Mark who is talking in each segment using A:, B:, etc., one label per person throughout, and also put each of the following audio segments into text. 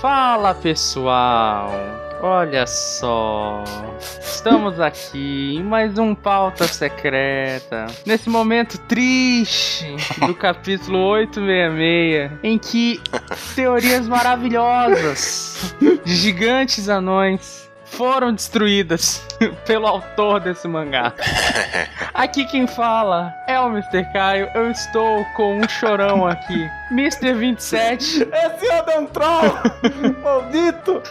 A: Fala pessoal! Olha só, estamos aqui em mais um Pauta Secreta. Nesse momento triste do capítulo 866, em que teorias maravilhosas de gigantes anões foram destruídas pelo autor desse mangá. Aqui quem fala é o Mr. Caio. Eu estou com um chorão aqui. Mr. 27.
B: Esse é o Dentral! Maldito!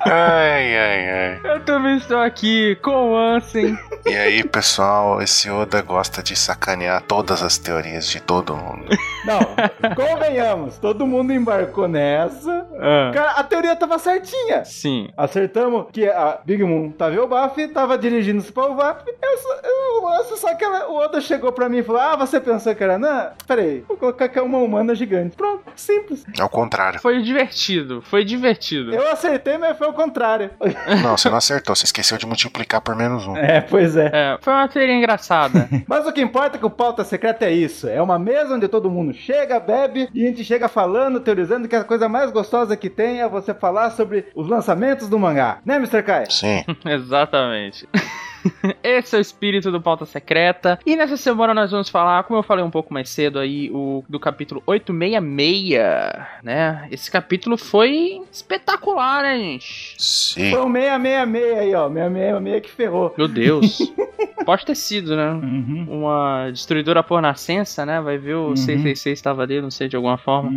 C: Ai, ai, ai.
A: Eu também estou aqui com o Ansem.
C: E aí, pessoal, esse Oda gosta de sacanear todas as teorias de todo mundo.
B: Não, convenhamos, todo mundo embarcou nessa. Cara, a teoria tava certinha.
A: Ah, Sim.
B: Acertamos que a Big Moon tava em Obaf, tava dirigindo-se pra Obaf. Eu, só- eu, eu só- só que ela- o Oda chegou pra mim e falou: Ah, você pensou que era Anã? Peraí, vou colocar que é uma humana gigante. Pronto, simples.
C: É o contrário.
A: Foi divertido, foi divertido.
B: Eu acertei, mas foi o contrário.
C: Não, você não acertou, você esqueceu de multiplicar por menos um.
B: É, pois é.
A: É, foi uma teoria engraçada.
B: Mas o que importa é que o pauta secreta é isso. É uma mesa onde todo mundo chega, bebe e a gente chega falando, teorizando que a coisa mais gostosa que tem é você falar sobre os lançamentos do mangá. Né, Mr. Kai?
C: Sim.
A: Exatamente. Esse é o espírito do Pauta Secreta. E nessa semana nós vamos falar, como eu falei um pouco mais cedo aí, o, do capítulo 866, né? Esse capítulo foi espetacular, né, gente?
C: Sim.
B: Foi um 666 aí, ó. 666 que ferrou.
A: Meu Deus. Pode ter sido, né?
B: Uhum.
A: Uma destruidora por nascença, né? Vai ver o
B: Uhum.
A: 666 estava ali, não sei, de alguma forma.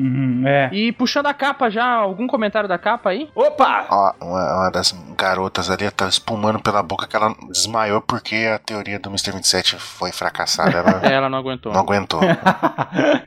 B: é.
A: E puxando a capa já, algum comentário da capa aí?
B: Opa!
C: Ó, uma, uma das garotas ali tá espumando pela boca que ela desmaiou porque a teoria do Mr. 27 foi fracassada. Ela
A: É, ela não aguentou.
C: não aguentou.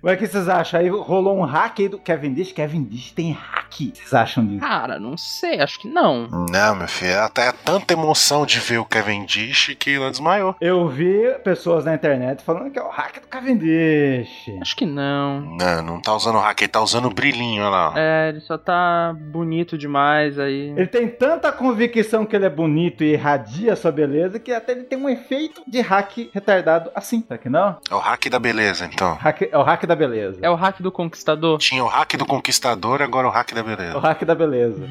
B: Mas o que vocês acham? Aí rolou um hack aí do Kevin Dish. Kevin Dish tem hack. O que vocês acham disso?
A: Cara, não sei, acho que não.
C: Não, meu filho, ela tá é tanta emoção de ver o Kevin Dish que ela desmaiou.
B: Eu vi pessoas na internet falando que é o hack do Cavendish.
A: Acho que não.
C: Não, não tá usando hack, ele tá usando brilhinho, olha lá. ó.
A: É, ele só tá bonito demais aí.
B: Ele tem tanta convicção que ele é bonito e irradia sua beleza que até ele tem um efeito de hack retardado assim, tá que não?
C: É o hack da beleza, então.
B: Hack- é o hack da beleza.
A: É o hack do conquistador?
C: Tinha o hack do conquistador, agora o hack da beleza.
B: É o hack da beleza.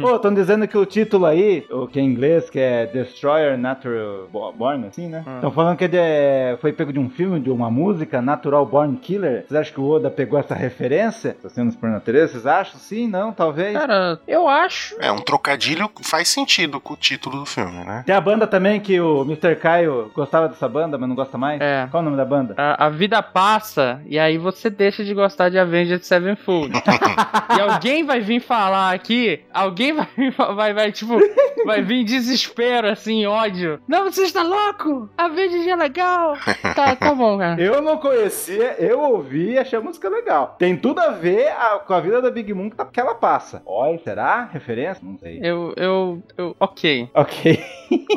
B: Pô, estão dizendo que o título aí, o que é em inglês, que é Destroyer Natural Bo- Born, assim, né?
A: Hum.
B: Estão falando que ele é- foi pego de um filme, de uma música, Natural Born Killer. Vocês acham que o Oda pegou essa referência? Assassinos por natureza, vocês acham? Sim, não, talvez.
A: Cara, eu acho.
C: É, um trocadilho faz sentido com o título do filme, né?
B: Tem a banda também que o Mr. Caio gostava dessa banda, mas não gosta mais.
A: É.
B: Qual o nome da banda?
A: A, a vida passa e aí você deixa de gostar de Avengers Sevenfold. e alguém vai vir falar aqui, alguém vai vir, fa- vai, vai, tipo, vai vir em desespero, assim, ódio. Não, você está louco! Avengers é legal! Tá, tá bom, cara.
B: Eu não conhecia, eu ouvi e achei a música legal. Tem tudo a ver a- com a vida da Big Moon que, tá- que ela passa. Oi, será? Referência? Não sei.
A: Eu, eu, eu, ok,
B: Ok.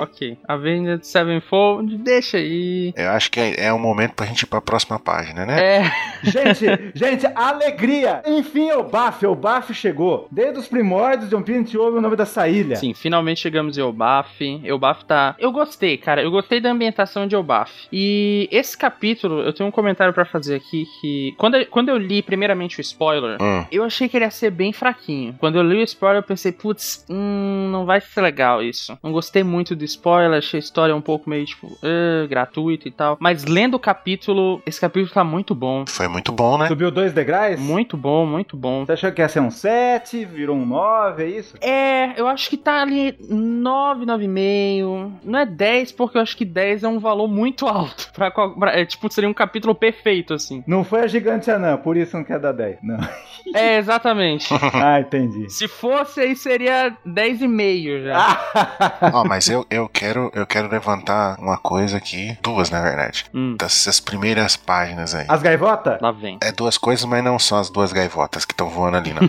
A: ok. Avengers Sevenfold, deixa aí.
C: Eu acho que é, é o momento pra gente ir pra próxima página, né?
A: É,
B: gente, gente, alegria! Enfim, o Baf, o Baf chegou. Desde os primórdios de um Pin houve o nome dessa ilha.
A: Sim, finalmente chegamos em Elbaf. Elbaf tá. Eu gostei, cara. Eu gostei da ambientação de Elbaf. E esse capítulo, eu tenho um comentário pra fazer aqui que. Quando eu, quando eu li primeiramente o spoiler.
C: Hum.
A: Eu achei que ele ia ser bem fraquinho. Quando eu li o spoiler, eu pensei, putz, hum, não vai ser legal isso. Não gostei muito do spoiler, achei a história um pouco meio, tipo, ah, gratuito e tal. Mas lendo o capítulo, esse capítulo tá muito bom.
C: Foi muito bom, né?
B: Subiu dois degraus?
A: Muito bom, muito bom.
B: Você achou que ia ser um 7, virou um 9, é isso?
A: É, eu acho que tá ali 9, 9,5. Não é 10, porque eu acho que 10 é um valor muito alto. Pra, qual- pra- é, tipo, seria um capítulo perfeito, assim.
B: Não foi a gigante anã, por isso não quer dar 10. Não.
A: É, exatamente.
B: ah, entendi.
A: Se fosse, aí seria 10,5 já.
B: Ah,
C: Ó, mas eu, eu quero eu quero levantar uma coisa aqui, duas na verdade,
A: Hum,
C: dessas primeiras páginas aí.
B: As gaivotas?
A: lá vem.
C: É duas coisas, mas não são as duas gaivotas que estão voando ali, não.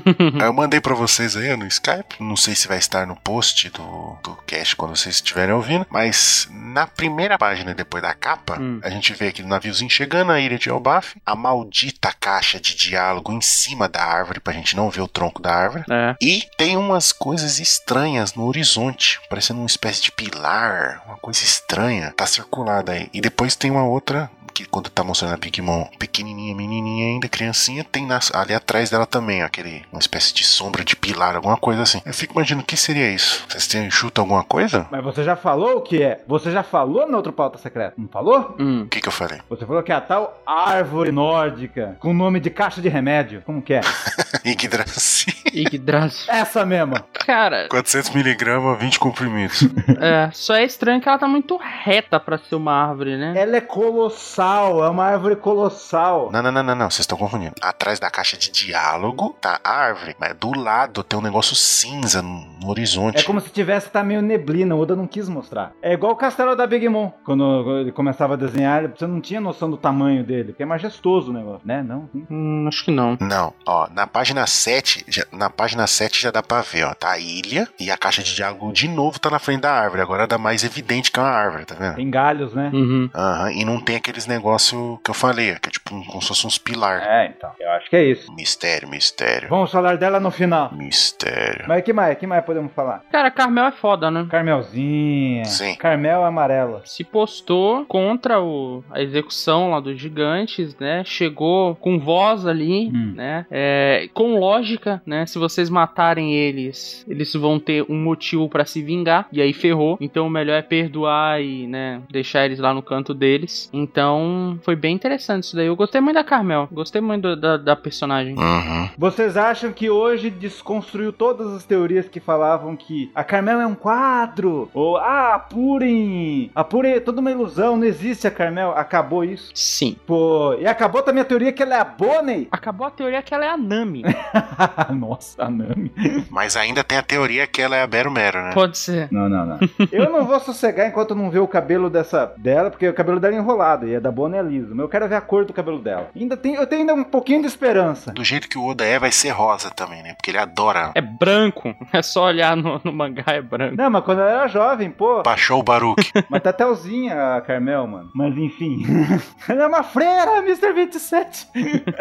C: eu mandei pra vocês aí no Skype. Não sei se vai estar no post do, do cast quando vocês estiverem ouvindo. Mas na primeira página, depois da capa,
A: Hum.
C: a gente vê aquele naviozinho chegando à ilha de Elbaf. A maldita caixa de diálogo em cima da árvore, pra gente não ver o tronco da árvore.
A: É.
C: E tem umas coisas estranhas no horizonte, parecendo uma espécie de de pilar, uma coisa estranha, tá circulada aí. E depois tem uma outra que quando tá mostrando a Pokémon pequenininha, menininha ainda, criancinha, tem nas- ali atrás dela também aquele, uma espécie de sombra de pilar, alguma coisa assim. Eu fico imaginando o que seria isso. Vocês têm chuta alguma coisa?
B: Mas você já falou o que é? Você já falou na outra pauta secreta? Não falou?
A: Hum.
C: O que que eu falei?
B: Você falou que é a tal árvore nórdica com nome de caixa de remédio. Como que é?
C: Yggdrasil.
A: Yggdrasil.
B: Essa mesma.
A: Cara,
C: 400 miligramas, 20 comprimidos.
A: é, só é estranho que ela tá muito reta pra ser uma árvore, né?
B: Ela é colossal, é uma árvore colossal.
C: Não, não, não, não, não, vocês estão confundindo. Atrás da caixa de diálogo tá a árvore, mas do lado tem um negócio cinza no, no horizonte.
B: É como se tivesse tá meio neblina, o Oda não quis mostrar. É igual o castelo da Big Mom. Quando ele começava a desenhar, você não tinha noção do tamanho dele, que é majestoso o negócio, né? Não.
A: Hum, acho que não.
C: Não, ó, na página 7, já- na página 7 já dá pra ver, ó, tá a ilha e a caixa de diálogo de novo tá na frente da árvore, agora dá mais evidente que é uma árvore, tá vendo?
B: Tem galhos, né?
A: Uhum.
C: Aham, e não tem aqueles negócio que eu falei, que é tipo um- como se fosse uns pilar.
B: É, então. Eu acho que é isso.
C: Mistério, mistério,
B: Vamos falar dela no final.
C: mistério.
B: Mas que mais? Que mais podemos falar?
A: Cara, Carmel é foda, né?
B: Carmelzinha.
C: Sim.
B: Carmel amarela.
A: se postou contra o- a execução lá dos gigantes, né? Chegou com voz ali,
B: Hum.
A: né? É, com lógica, né? Se vocês matarem eles, eles vão ter um motivo pra se vingar. E aí ferrou. Então o melhor é perdoar e, né? Deixar eles lá no canto deles. Então foi bem interessante isso daí. Eu gostei muito da Carmel. Gostei muito do- da, da personagem.
C: Uhum.
B: Vocês acham que hoje desconstruiu todas as teorias que falavam que a Carmel é um quadro? Ou, ah, apurem! Apurem, é toda uma ilusão, não existe a Carmel. Acabou isso.
A: Sim.
B: Pô, e acabou também a teoria que ela é a Bonnie?
A: Acabou a teoria que ela é a Nami.
B: Nossa, a Nami.
C: Mas ainda tem a teoria que ela é a Bero Mero, né?
A: Pode ser.
B: Não, não, não. Eu não vou sossegar enquanto eu não ver o cabelo dessa dela, porque o cabelo dela é enrolado e a da Bonnie é liso. Mas eu quero ver a cor do cabelo dela. Ainda tem, eu tenho ainda um pouquinho de esperança.
C: Do jeito que o Oda é, vai ser rosa também, né? Porque ele adora.
A: É branco. É só olhar no, no mangá, é branco.
B: Não, mas quando ela era jovem, pô,
C: Baixou o Baruque.
B: Mas tá telzinha a Carmel, mano. Mas enfim. Ela é uma freira, Mr. 27.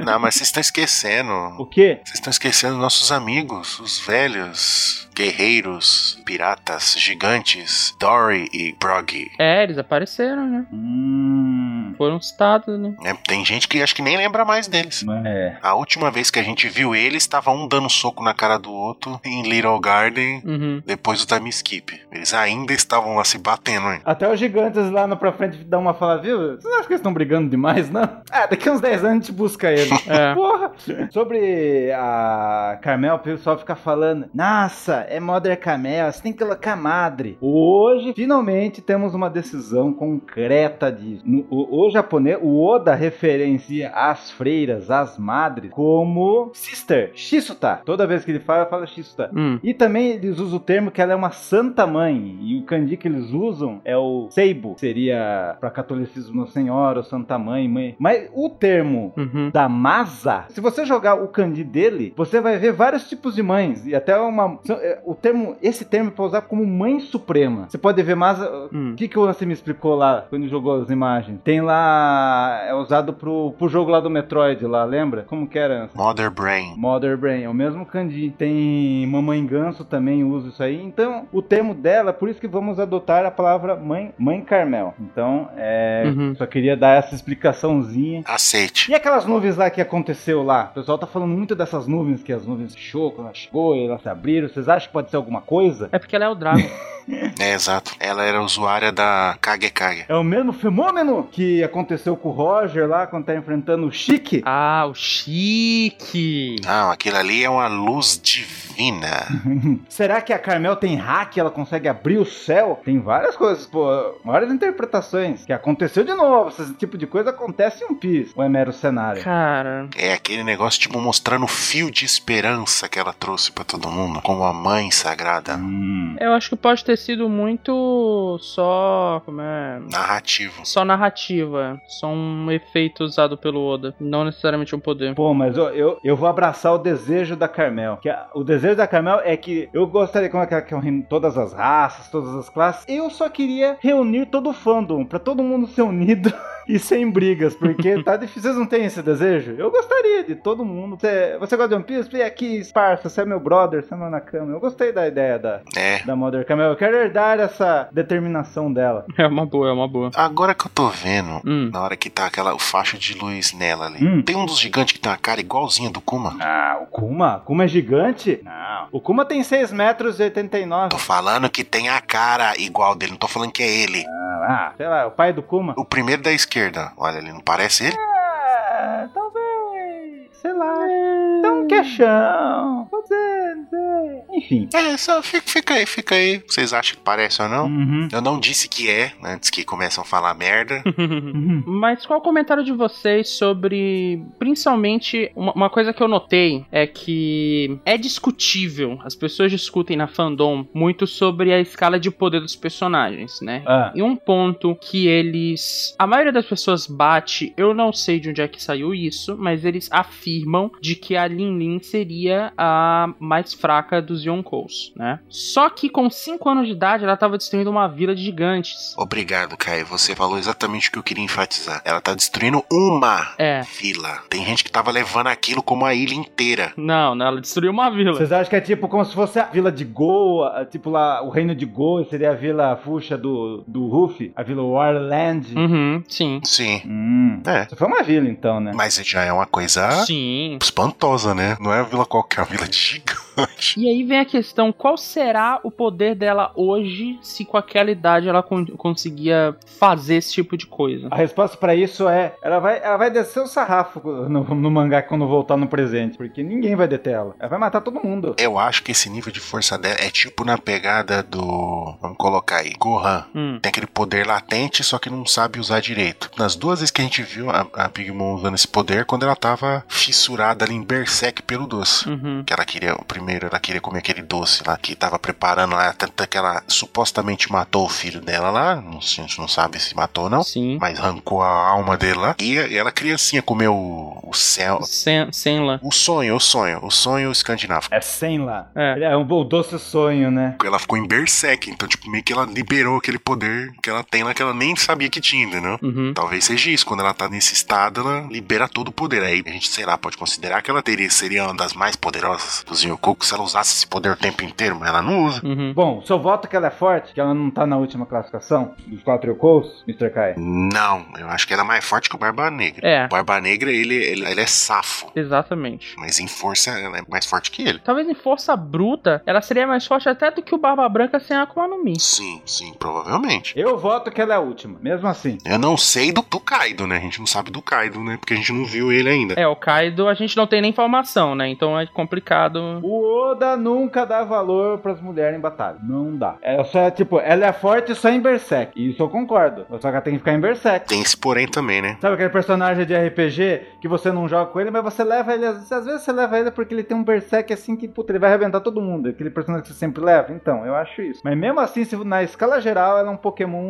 C: Não, mas vocês estão esquecendo.
B: O quê?
C: Vocês estão esquecendo nossos amigos, os velhos guerreiros, piratas, gigantes, Dory e Broggy.
A: É, eles apareceram, né?
B: Hum.
A: Foram citados, né?
C: É, tem gente que acho que nem lembra mais deles.
B: É.
C: A última vez que a gente viu eles, estava um dando soco na cara do outro em Little Garden,
A: Uhum.
C: depois do time skip. Eles ainda estavam lá se batendo, hein?
B: Até os gigantes lá no pra frente dão uma fala, viu? Vocês não acham que eles estão brigando demais, não? Ah, daqui uns 10 anos a gente busca ele.
A: É.
B: Porra! Sobre a Carmel, o pessoal fica falando: Nossa, é Mother Carmel, você tem que colocar madre. Hoje, finalmente, temos uma decisão concreta disso. No- o, o japonês, o Oda referencia as freiras, as madres, como sister, shisuta. Toda vez que ele fala, fala shisuta.
A: Hum.
B: E também eles usam o termo que ela é uma santa mãe. E o kanji que eles usam é o seibo. que Seria para catolicismo Nossa senhora, ou santa mãe, mãe. Mas o termo
A: Uhum.
B: da Masa, se você jogar o kanji dele, você vai ver vários tipos de mães e até uma são- é, o termo, esse termo é pra usar como mãe suprema. Você pode ver Masa
A: Hum.
B: o que, que o Lance me explicou lá quando ele jogou as imagens? Tem lá. É usado pro, pro jogo lá do Metroid lá, lembra? Como que era? Lance?
C: Mother Brain.
B: Mother Brain, é o mesmo kanji. Tem Mamãe Ganso também usa isso aí. Então, o termo dela, por isso que vamos adotar a palavra mãe, mãe Carmel. Então, é,
A: Uhum.
B: só queria dar essa explicaçãozinha.
C: Aceite.
B: E aquelas nuvens lá que aconteceu lá? O pessoal tá falando muito dessas nuvens, que as nuvens fechou, quando ela chegou, e elas se abriram. Vocês acham que pode ser alguma coisa?
A: É porque ela é o Drago.
C: É, exato. Ela era usuária da Kage Kage.
B: É o mesmo fenômeno que aconteceu com o Roger lá quando tá enfrentando o Chique?
A: ah, o chique!
C: Não, aquilo ali é uma luz divina.
B: Será que a Carmel tem hack? Ela consegue abrir o céu? Tem várias coisas, pô, várias interpretações. Que aconteceu de novo. Esse tipo de coisa acontece em um Piece. Ou é mero cenário?
A: Cara,
C: É aquele negócio, tipo, mostrando o fio de esperança que ela trouxe pra todo mundo, como a mãe sagrada.
B: Hum.
A: eu acho que pode ter sido muito só. Como é?
C: Narrativo.
A: Só narrativa. Só um efeito usado pelo Oda. Não necessariamente um poder.
B: Pô, mas eu, eu, eu vou abraçar o desejo da Carmel. Que a- o desejo da Carmel é que eu gostaria, como é que ela quer reunir todas as raças, todas as classes. Eu só queria reunir todo o fandom, pra todo mundo ser unido e sem brigas, porque tá difícil. Vocês não têm esse desejo? Eu gostaria de todo mundo. Você, você gosta de One Piece? Vem aqui, esparça, você é meu brother, você é meu Nakama. Eu gostei da ideia da,
C: É.
B: da Mother Camel. Eu quero herdar essa determinação dela.
A: É uma boa, é uma boa.
C: Agora que eu tô vendo,
A: Hum.
C: na hora que tá aquela o faixa de luz nela ali,
B: Hum.
C: tem um dos gigantes que tem uma cara igualzinha do Kuma.
B: Ah, o Kuma? O Kuma é gigante? Não. O Kuma tem 6 metros e 89.
C: Tô falando que tem a cara igual dele, não tô falando que é ele.
B: Ah, sei lá, o pai do Kuma?
C: O primeiro da esquerda, olha, ele não parece ele?
B: Ah, talvez. Sei lá. Dá
A: Então,
B: um queixão. Pode ser, não sei. Enfim.
C: É, só fica, fica aí, fica aí. Vocês acham que parece ou não?
B: Uhum.
C: Eu não disse que é, antes que começam a falar merda.
B: Uhum.
A: Mas qual o comentário de vocês sobre. Principalmente, uma, uma coisa que eu notei é que é discutível, as pessoas discutem na fandom muito sobre a escala de poder dos personagens, né?
B: Ah.
A: E um ponto que eles. A maioria das pessoas bate, eu não sei de onde é que saiu isso, mas eles afirmam de que a Lin Lin seria a mais fraca dos Yonkous, né? Só que com 5 anos de idade ela tava destruindo uma vila de gigantes.
C: Obrigado, Caio. Você falou exatamente o que eu queria enfatizar. Ela tá destruindo uma
A: É.
C: vila. Tem gente que tava levando aquilo como a ilha inteira.
A: Não, não, ela destruiu uma vila.
B: Vocês acham que é tipo como se fosse a vila de Goa, tipo lá, o reino de Goa seria a vila Fuxa do, do Ruffy, a vila Warland.
A: Uhum, sim.
C: Sim.
B: Hum.
C: É.
B: Isso foi uma vila então, né?
C: Mas já é uma coisa
A: Sim.
C: espantosa, né? Não é uma vila qualquer, é uma vila de gigante.
A: E aí vem a questão: qual será o poder dela hoje se com aquela idade ela con- conseguia fazer esse tipo de coisa?
B: A resposta pra isso é, ela vai, ela vai descer o sarrafo no, no mangá quando voltar no presente, porque ninguém vai deter ela. Ela vai matar todo mundo.
C: Eu acho que esse nível de força dela é tipo na pegada do. Vamos colocar aí. Gohan.
A: Hum.
C: Tem aquele poder latente, só que não sabe usar direito. Nas duas vezes que a gente viu a, a Big Mom usando esse poder, quando ela tava fissurada ali em Berserk pelo doce.
A: Uhum.
C: Que ela queria, primeiro ela queria comer aquele doce lá que tava preparando lá, tanto é que ela supostamente matou o filho dela lá, não, sei- a gente não sabe se matou ou não,
A: Sim.
C: mas arrancou a alma dele lá. E ela criancinha comeu o, o céu,
A: Sem, sem lá.
C: o sonho, o sonho, o sonho escandinavo.
B: É sem lá.
A: É.
B: Ele É um bom doce sonho, né?
C: Ela ficou em berserk, então tipo, meio que ela liberou aquele poder que ela tem lá que ela nem sabia que tinha, entendeu?
A: Uhum.
C: Talvez seja isso, quando ela tá nesse estado, ela libera todo o poder. Aí a gente, sei lá, pode considerar que ela teria, seria uma das mais poderosas dos Yokoko se ela usasse esse poder o tempo inteiro, mas ela não usa.
A: Uhum.
B: Bom, seu voto que ela é forte, que ela não tá na última classificação dos quatro Yokos, Mr. Kai.
C: Não, eu acho que ela é mais forte que o Barba Negra.
A: É.
C: O Barba Negra, ele, ele, ele é safo.
A: Exatamente.
C: Mas em força, ela é mais forte que ele.
A: Talvez em força bruta, ela seria mais forte até do que o Barba Branca sem Akuma no Mi.
C: Sim, sim, provavelmente.
B: Eu voto que ela é a última, mesmo assim.
C: Eu não sei do, do Kaido, né? A gente não sabe do Kaido, né? Porque a gente não viu ele ainda.
A: É, o Kaido a gente não tem nem formação, né? Então é complicado.
B: O Oda nunca dá valor pras mulheres em batalha. Não dá. É só, tipo, ela é forte só em Berserk. Isso eu concordo. Só que ela tem que ficar em Berserk.
C: Tem esse porém também, né?
B: Sabe aquele personagem de RPG que você não joga com ele, mas você leva ele. Às às vezes você leva ele porque ele tem um berserk assim que, puta, ele vai arrebentar todo mundo. Aquele personagem que você sempre leva. Então, eu acho isso. Mas mesmo assim, se, na escala geral, ela é um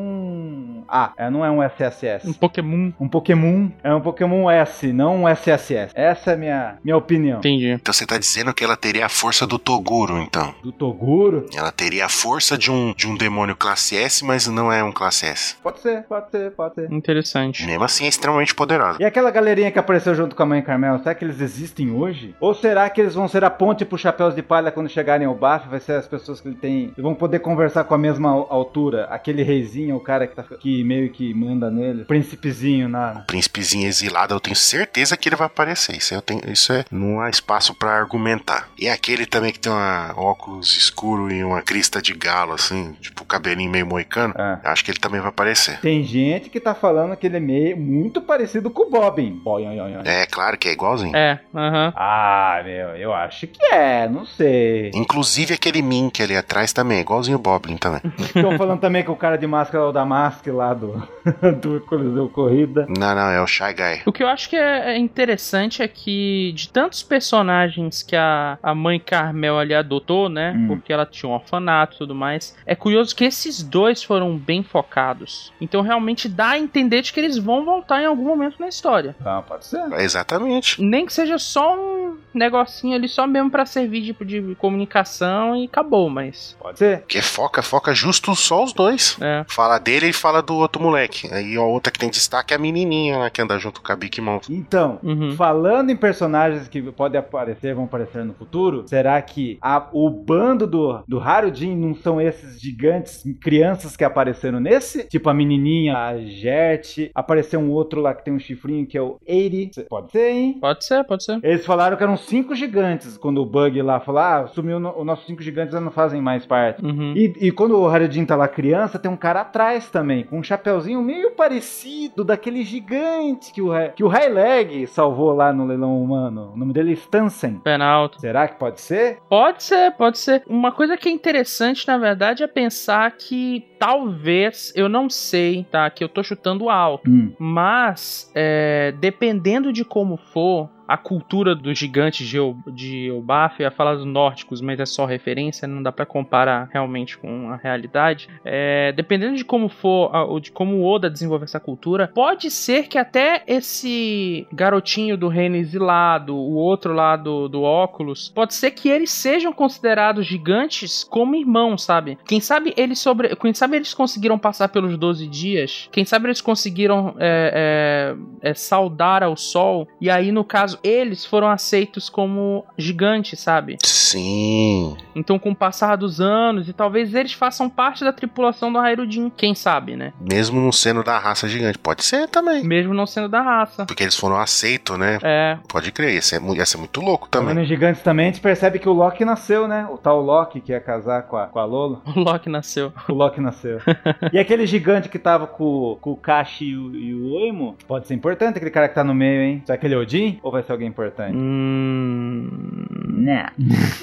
B: Pokémon A. Ela não é um SSS.
A: Um Pokémon.
B: Um Pokémon é um Pokémon S, não um SSS. Essa é a minha, minha opinião.
A: Entendi.
C: Então você tá dizendo que ela teria a força do Toguro, então.
B: Do Toguro?
C: Ela teria a força de um, de um demônio classe S, mas não é um classe S.
B: Pode ser, pode ser, pode ser.
A: Interessante.
C: Mesmo assim, é extremamente poderosa.
B: E aquela galerinha que apareceu junto com a mãe Carmel, será que eles existem hoje? Ou será que eles vão ser a ponte pro Chapéus de Palha quando chegarem ao bafo? Vai ser as pessoas que ele tem. E vão poder conversar com a mesma al- altura? Aquele reizinho, o cara que, tá- que meio que manda nele. Príncipezinho na.
C: príncipezinho exilado, eu tenho certeza que ele vai aparecer. Isso, eu tenho, isso é. Não há espaço pra argumentar. E aquele também que tem uma um óculos escuro e uma crista de galo, assim, tipo cabelinho meio moicano.
B: Ah.
C: eu Acho que ele também vai aparecer.
B: Tem gente que tá falando que ele é meio muito parecido com o Bobbin. Boy, oi, oi, oi.
C: É claro que é igualzinho.
A: É, aham.
B: Ah, meu, eu acho que é, não sei.
C: Inclusive aquele Mink ali atrás também, é igualzinho o Boblin também.
B: Estão falando também que o cara de máscara é o da Mask lá do, do Coliseu Corrida.
C: não, não, é o Shy Guy.
A: O que eu acho que é é interessante é que de tantos personagens que a, a mãe mãe Carmel ali adotou, né?
B: Hum.
A: Porque ela tinha um orfanato e tudo mais. É curioso que esses dois foram bem focados. Então realmente dá a entender de que eles vão voltar em algum momento na história.
B: Tá, pode ser.
C: Exatamente.
A: Nem que seja só um negocinho ali, só mesmo pra servir tipo, de comunicação e acabou, mas.
B: Pode ser.
C: Porque foca, foca justo só os dois.
A: É.
C: Fala dele e fala do outro moleque. Aí a outra que tem destaque é a menininha né, que anda junto com a Big Mom.
B: Então,
A: Uhum.
B: falando em personagens que podem aparecer, vão aparecer no futuro, será que a- o bando do, do Harudin não são esses gigantes crianças que apareceram nesse? Tipo a menininha, a Gert, apareceu um outro lá que tem um chifrinho que é o Eiri. Pode ser, hein?
A: Pode ser, pode ser.
B: Eles falaram que eram cinco gigantes quando o Bug lá falou: ah, sumiu no- os nossos cinco gigantes, já não fazem mais parte.
A: Uhum.
B: E, e quando o Harudin tá lá criança, tem um cara atrás também, com um chapeuzinho meio parecido daquele gigante que o, Hi- que o Highleg salvou lá no leilão humano. O nome dele é Stansen.
A: Penalto.
B: Será que pode ser?
A: Pode ser, pode ser. Uma coisa que é interessante, na verdade, é pensar que talvez, eu não sei, tá? Que eu tô chutando alto.
B: Hum.
A: Mas, é, dependendo de como for, a cultura do gigante de, Eu- de Eubaf, eu ia falar dos nórdicos, mas é só referência, não dá pra comparar realmente com a realidade. É, dependendo de como for, a- ou de como o Oda desenvolver essa cultura, pode ser que até esse garotinho do reino exilado, o outro lá do, do óculos, pode ser que eles sejam considerados gigantes como irmãos, sabe? Quem sabe eles sobre, quem sabe eles conseguiram passar pelos 12 dias, quem sabe eles conseguiram é, é, é, saudar ao sol, e aí no caso eles foram aceitos como gigantes, sabe?
C: Sim.
A: Então, com o passar dos anos, e talvez eles façam parte da tripulação do Hairudin, quem sabe, né?
C: Mesmo não sendo da raça gigante. Pode ser também.
A: Mesmo não sendo da raça.
C: Porque eles foram aceitos, né?
A: É,
C: Pode crer. Ia ser, mu- ia ser muito louco
B: Falando
C: também.
B: em gigantes também, a gente percebe que o Loki nasceu, né? O tal Loki que ia casar com a, com a Lolo.
A: o Loki nasceu.
B: O Loki nasceu. e aquele gigante que tava com, com o Kashi e o, e o Oimo? Pode ser importante aquele cara que tá no meio, hein? Será que ele é Odin? Ou vai ser alguém importante?
A: Hum.
B: Não.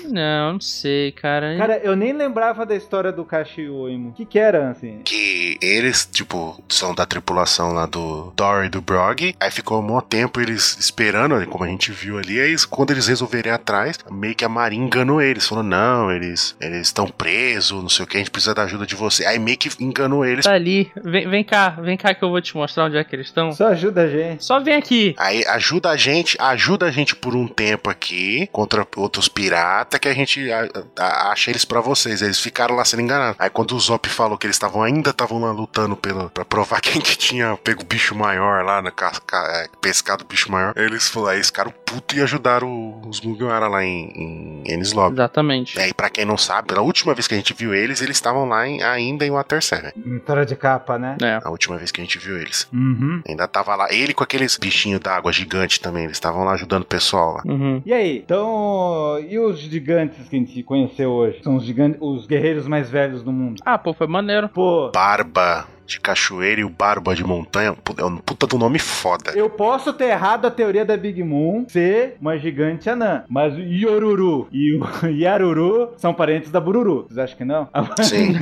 A: Não, não sei, cara.
B: Cara, eu nem lembrava da história do Kashi e o Oimo. O que que era, assim?
C: Que eles, tipo, são da tripulação lá do Dory e do Brog. Aí ficou um maior tempo eles esperando, né, como a gente viu ali. Aí eles- quando eles resolverem ir atrás, meio que a Marinha enganou eles. Falou, não, eles eles estão presos, não sei o que, a gente precisa da ajuda de você. Aí meio que enganou eles.
A: tá ali. Vem, vem cá, vem cá que eu vou te mostrar onde é que eles estão.
B: Só ajuda a gente.
A: Só vem aqui.
C: Aí ajuda a gente, ajuda a gente por um tempo aqui contra outros piratas que a gente a- a- acha eles pra vocês. Eles ficaram lá sendo enganados. Aí quando o Zop falou que eles estavam ainda estavam lá lutando pelo para provar quem que tinha pego o bicho maior lá na casca, é, pescado o bicho maior, eles falaram, eles ficaram puto e ajudaram o- os Mugiwara lá em, em Enies Lobby.
A: Exatamente.
C: E aí, pra quem não sabe, pela última vez que a gente viu eles, eles estavam lá em- ainda em Water Seven.
B: História de capa, né?
A: É.
C: A última vez que a gente viu eles.
B: Uhum.
C: Ainda tava lá, ele com aqueles bichinhos d'água gigante também. Eles estavam lá ajudando o pessoal lá.
A: Uhum.
B: E aí? Então, e os gigantes que a gente conheceu hoje? São os gigantes, os guerreiros mais velhos do mundo.
A: Ah, pô, foi maneiro.
B: Pô,
C: Barba de Cachoeira e o Barba de Montanha. Pu- É um puta do nome foda.
B: eu posso ter errado a teoria da Big Moon ser uma gigante anã, mas o Yoruru e o Yaruru são parentes da Bururu. Vocês acham que não?
C: Sim.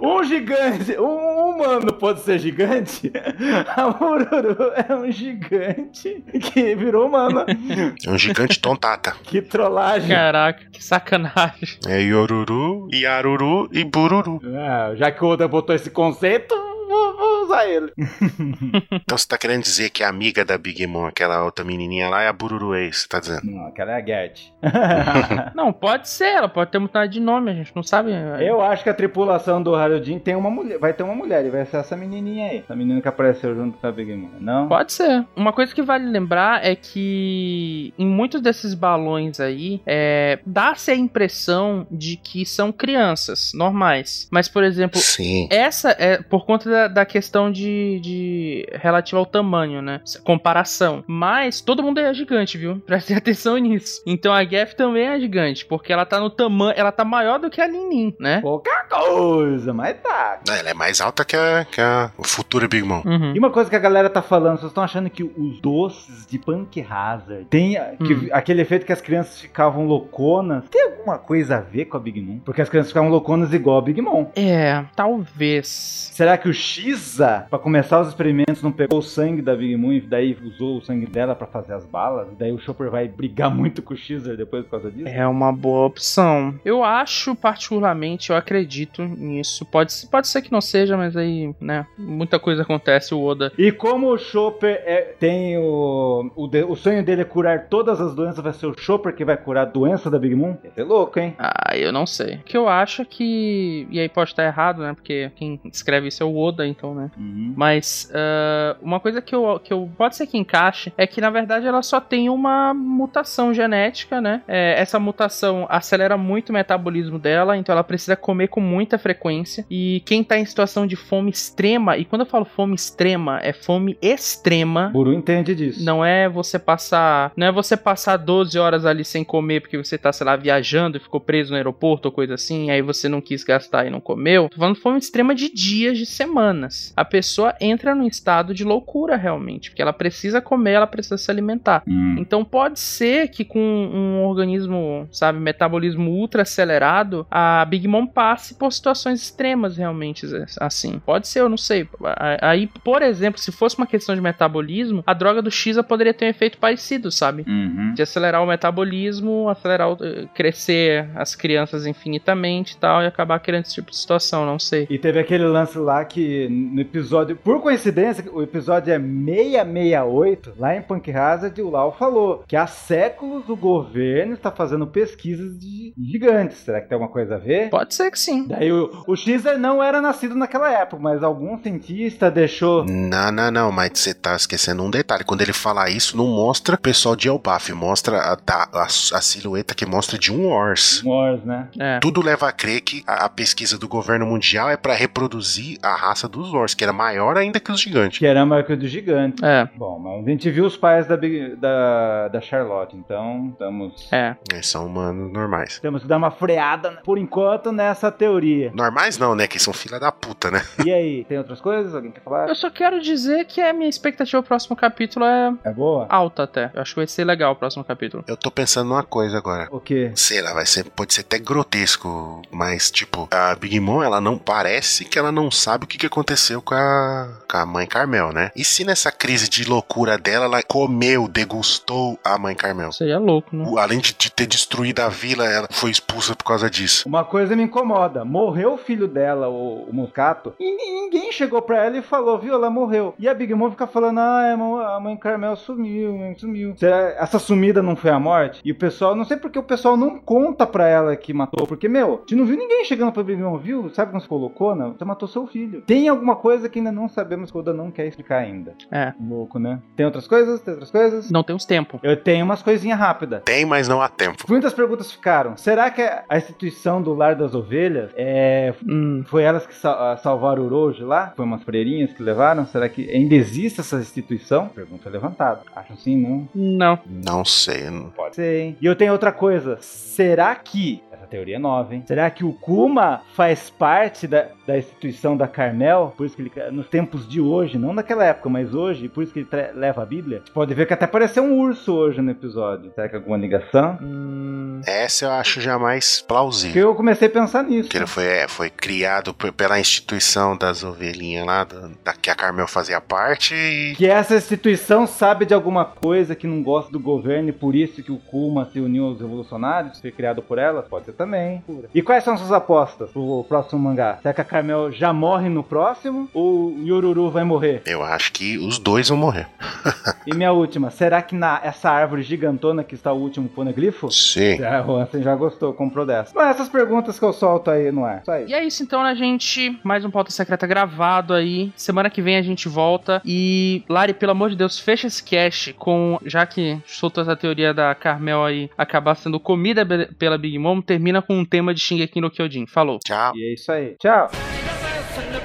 B: Um gigante, um humano pode ser gigante? A Bururu é um gigante que virou humano.
C: É um gigante tontata.
B: Que trollagem.
A: Caraca, que sacanagem.
C: É Yoruru, Yaruru e Bururu.
B: Ah, já que o Oda botou esse conceito, vou, vou usar ele.
C: Então você tá querendo dizer que a amiga da Big Mom, aquela outra menininha lá, é a Bururu Ace, você tá dizendo?
B: Não, aquela é a Gert.
A: Não, pode ser, ela pode ter mudado de nome, a gente não sabe.
B: Eu acho que a tripulação do Harudin tem uma mulher. Vai ter uma mulher, e vai ser essa menininha aí. Essa menina que apareceu junto com a Big Mom. Não?
A: Pode ser. Uma coisa que vale lembrar é que em muitos desses balões aí, é, dá-se a impressão de que são crianças normais. Mas, por exemplo,
C: Sim.
A: essa é por conta da, da questão de, de. relativa ao tamanho, né? Comparação. Mas todo mundo é gigante, viu? Preste atenção nisso. Então a Gaff também é gigante, porque ela tá no tamanho. Ela tá maior do que a Ninin, né?
B: Pouca coisa, mas tá.
C: Não, Ela é mais alta que a, que a futura Big Mom.
A: Uhum.
B: E uma coisa que a galera tá falando, vocês estão achando que os doces de Punk Hazard tem a- que-
A: Hum.
B: aquele efeito que as crianças ficavam louconas? Tem alguma coisa a ver com a Big Mom? Porque as crianças ficavam louconas igual a Big Mom.
A: É, talvez.
B: Será que o Shiza, pra começar os experimentos, não pegou o sangue da Big Mom e daí usou o sangue dela pra fazer as balas? E daí o Chopper vai brigar muito com o Shiza depois por causa disso?
A: É uma boa opção. Eu acho, particularmente, eu acredito nisso. Pode, se- pode ser que não seja, mas aí, né? Muita coisa acontece. O Oda
B: E como o Chopper é- tem o. O, de- o sonho dele é curar todas as doenças, vai ser o Chopper que vai curar a doença da Big Mom? Ia ser é louco, hein?
A: Ah, eu não sei. O que eu acho é que. E aí pode estar errado, né? Porque quem escreve isso é o Oda, então, né?
B: Uhum.
A: Mas ah, uma coisa que eu, que eu. Pode ser que encaixe é que, na verdade, ela só tem uma mutação genética, né? É, essa mutação acelera muito o metabolismo dela, então ela precisa comer com muita frequência. E quem tá em situação de fome extrema, e quando eu falo fome extrema, é fome extrema.
B: Buru entende disso.
A: Não é você passar. Não é você passar 12 horas ali sem comer porque você tá, sei lá, viajando e ficou preso no aeroporto ou coisa assim, aí você não quis gastar e não comeu. Tô falando de fome extrema de dias, de semanas. A pessoa entra num estado de loucura realmente, porque ela precisa comer, ela precisa se alimentar.
B: Hum.
A: Então pode ser que com um organismo, sabe, metabolismo ultra acelerado, a Big Mom passe por situações extremas realmente assim. Pode ser, eu não sei. A- Aí, por exemplo, se fosse uma questão de metabolismo, a droga do Xa poderia ter um efeito parecido, sabe?
B: Uhum.
A: De acelerar o metabolismo, acelerar o, eh, crescer as crianças infinitamente e tal, e acabar criando esse tipo de situação, não sei.
B: E teve aquele lance lá que no episódio, por coincidência, o episódio é 668, lá em Punk Hazard, o Lau falou que há séculos o governo está fazendo pesquisas de gigantes. Será que tem alguma coisa a ver?
A: Pode ser que sim.
B: Daí o, o Xer não era nascido naquela época, mas algum cientista deixou.
C: Não, não, não, mas você tá esquecendo um detalhe. Quando ele fala isso, não mostra o pessoal de Elbaf, mostra a, da- a- a silhueta que mostra de um Ors.
B: Morse, né?
A: É.
C: Tudo leva a crer que a, a pesquisa do governo mundial é pra reproduzir a raça dos Ors, que era maior ainda que os gigantes.
B: Que era a marca do gigante.
A: É.
B: Bom, mas a gente viu os pais da, Big- da, da Charlotte, então estamos.
A: É.
C: Eles são humanos normais.
B: Temos que dar uma freada, né, por enquanto, nessa teoria.
C: Normais não, né? Que são filha da puta, né?
B: E aí, tem outras coisas? Alguém quer falar?
A: Eu só quero dizer que a minha expectativa pro próximo capítulo é
B: É boa?
A: alta até. Eu acho que vai ser legal o próximo capítulo.
C: Eu tô pensando numa coisa agora.
B: O quê?
C: Sei lá, vai ser, pode ser até grotesco, mas tipo, a Big Mom, ela não parece que ela não sabe o que, que aconteceu com a, com a mãe Carmel, né? E se nessa crise de loucura dela, ela comeu, degustou a mãe Carmel?
A: Seria louco, né?
C: O- Além de, de ter destruído a vila, ela foi expulsa por causa disso.
B: Uma coisa me incomoda. Morreu o filho dela, o, o Moscato, e ni- ninguém chegou pra ela e falou, viu, ela morreu. E a Big Mom fica falando, ah, a mo- a mãe Carmel sumiu, a mãe sumiu. Será essa sumida não foi a morte? E o pessoal, não sei porque o pessoal não conta pra ela que matou, porque, meu, você não viu ninguém chegando pra Big Mom, viu? Sabe como se colocou, não? Você matou seu filho. Tem alguma coisa que ainda não sabemos que o Oda não quer explicar ainda.
A: É.
B: Louco, né? Tem outras coisas? Tem outras coisas?
A: Não temos tempo.
B: Eu tenho umas coisinhas rápidas.
C: Tem, mas não há tempo.
B: Muitas perguntas ficaram. Será que a instituição do Lar das Ovelhas é,
A: Hum.
B: foi elas que sal- ah, salvaram o Orochi lá? Foi umas freirinhas que levaram? Será que ainda existe essa instituição? Pergunta levantada. Acham sim, não?
A: Não.
C: Não sei. não-
B: Pode ser, hein? E eu tenho outra coisa. Será que. Essa teoria é nova, hein? Será que o Kuma faz parte da, da instituição da Carmel? Por isso que ele. Nos tempos de hoje, não daquela época, mas hoje, por isso que ele tra- leva a Bíblia? Você pode ver que até apareceu um urso hoje no episódio. Será que é alguma ligação?
A: Hum.
C: Essa eu acho já mais
B: Porque
C: plausível.
B: eu comecei a pensar nisso.
C: Que ele foi, é, foi criado p- pela instituição das ovelhinhas lá, da, da que a Carmel fazia parte e
B: Que essa instituição sabe de alguma coisa que não gosta do governo e por isso que o Kuma se uniu aos revolucionários, foi criado por elas? Pode ser também. hein? E quais são suas apostas pro próximo mangá? Será que a Carmel já morre no próximo ou o Yoruru vai morrer?
C: eu acho que os dois vão morrer.
B: E minha última, será que na essa árvore gigantona que está o último poneglifo?
C: Sim.
B: Já, o Ansem já gostou, comprou dessa. Mas essas perguntas que eu solto aí no ar. Só
A: E
B: isso.
A: é isso então, né, gente? Mais um Pauta Secreta gravado aí. Semana que vem a gente volta. E, Lari, pelo amor de Deus, fecha esse cast com. Já que soltou essa teoria da Carmel aí acabar sendo comida be- pela Big Mom, termina com um tema de Shingeki no Kyojin. Falou.
C: Tchau.
B: E é isso aí. Tchau.
D: Sing a lesson to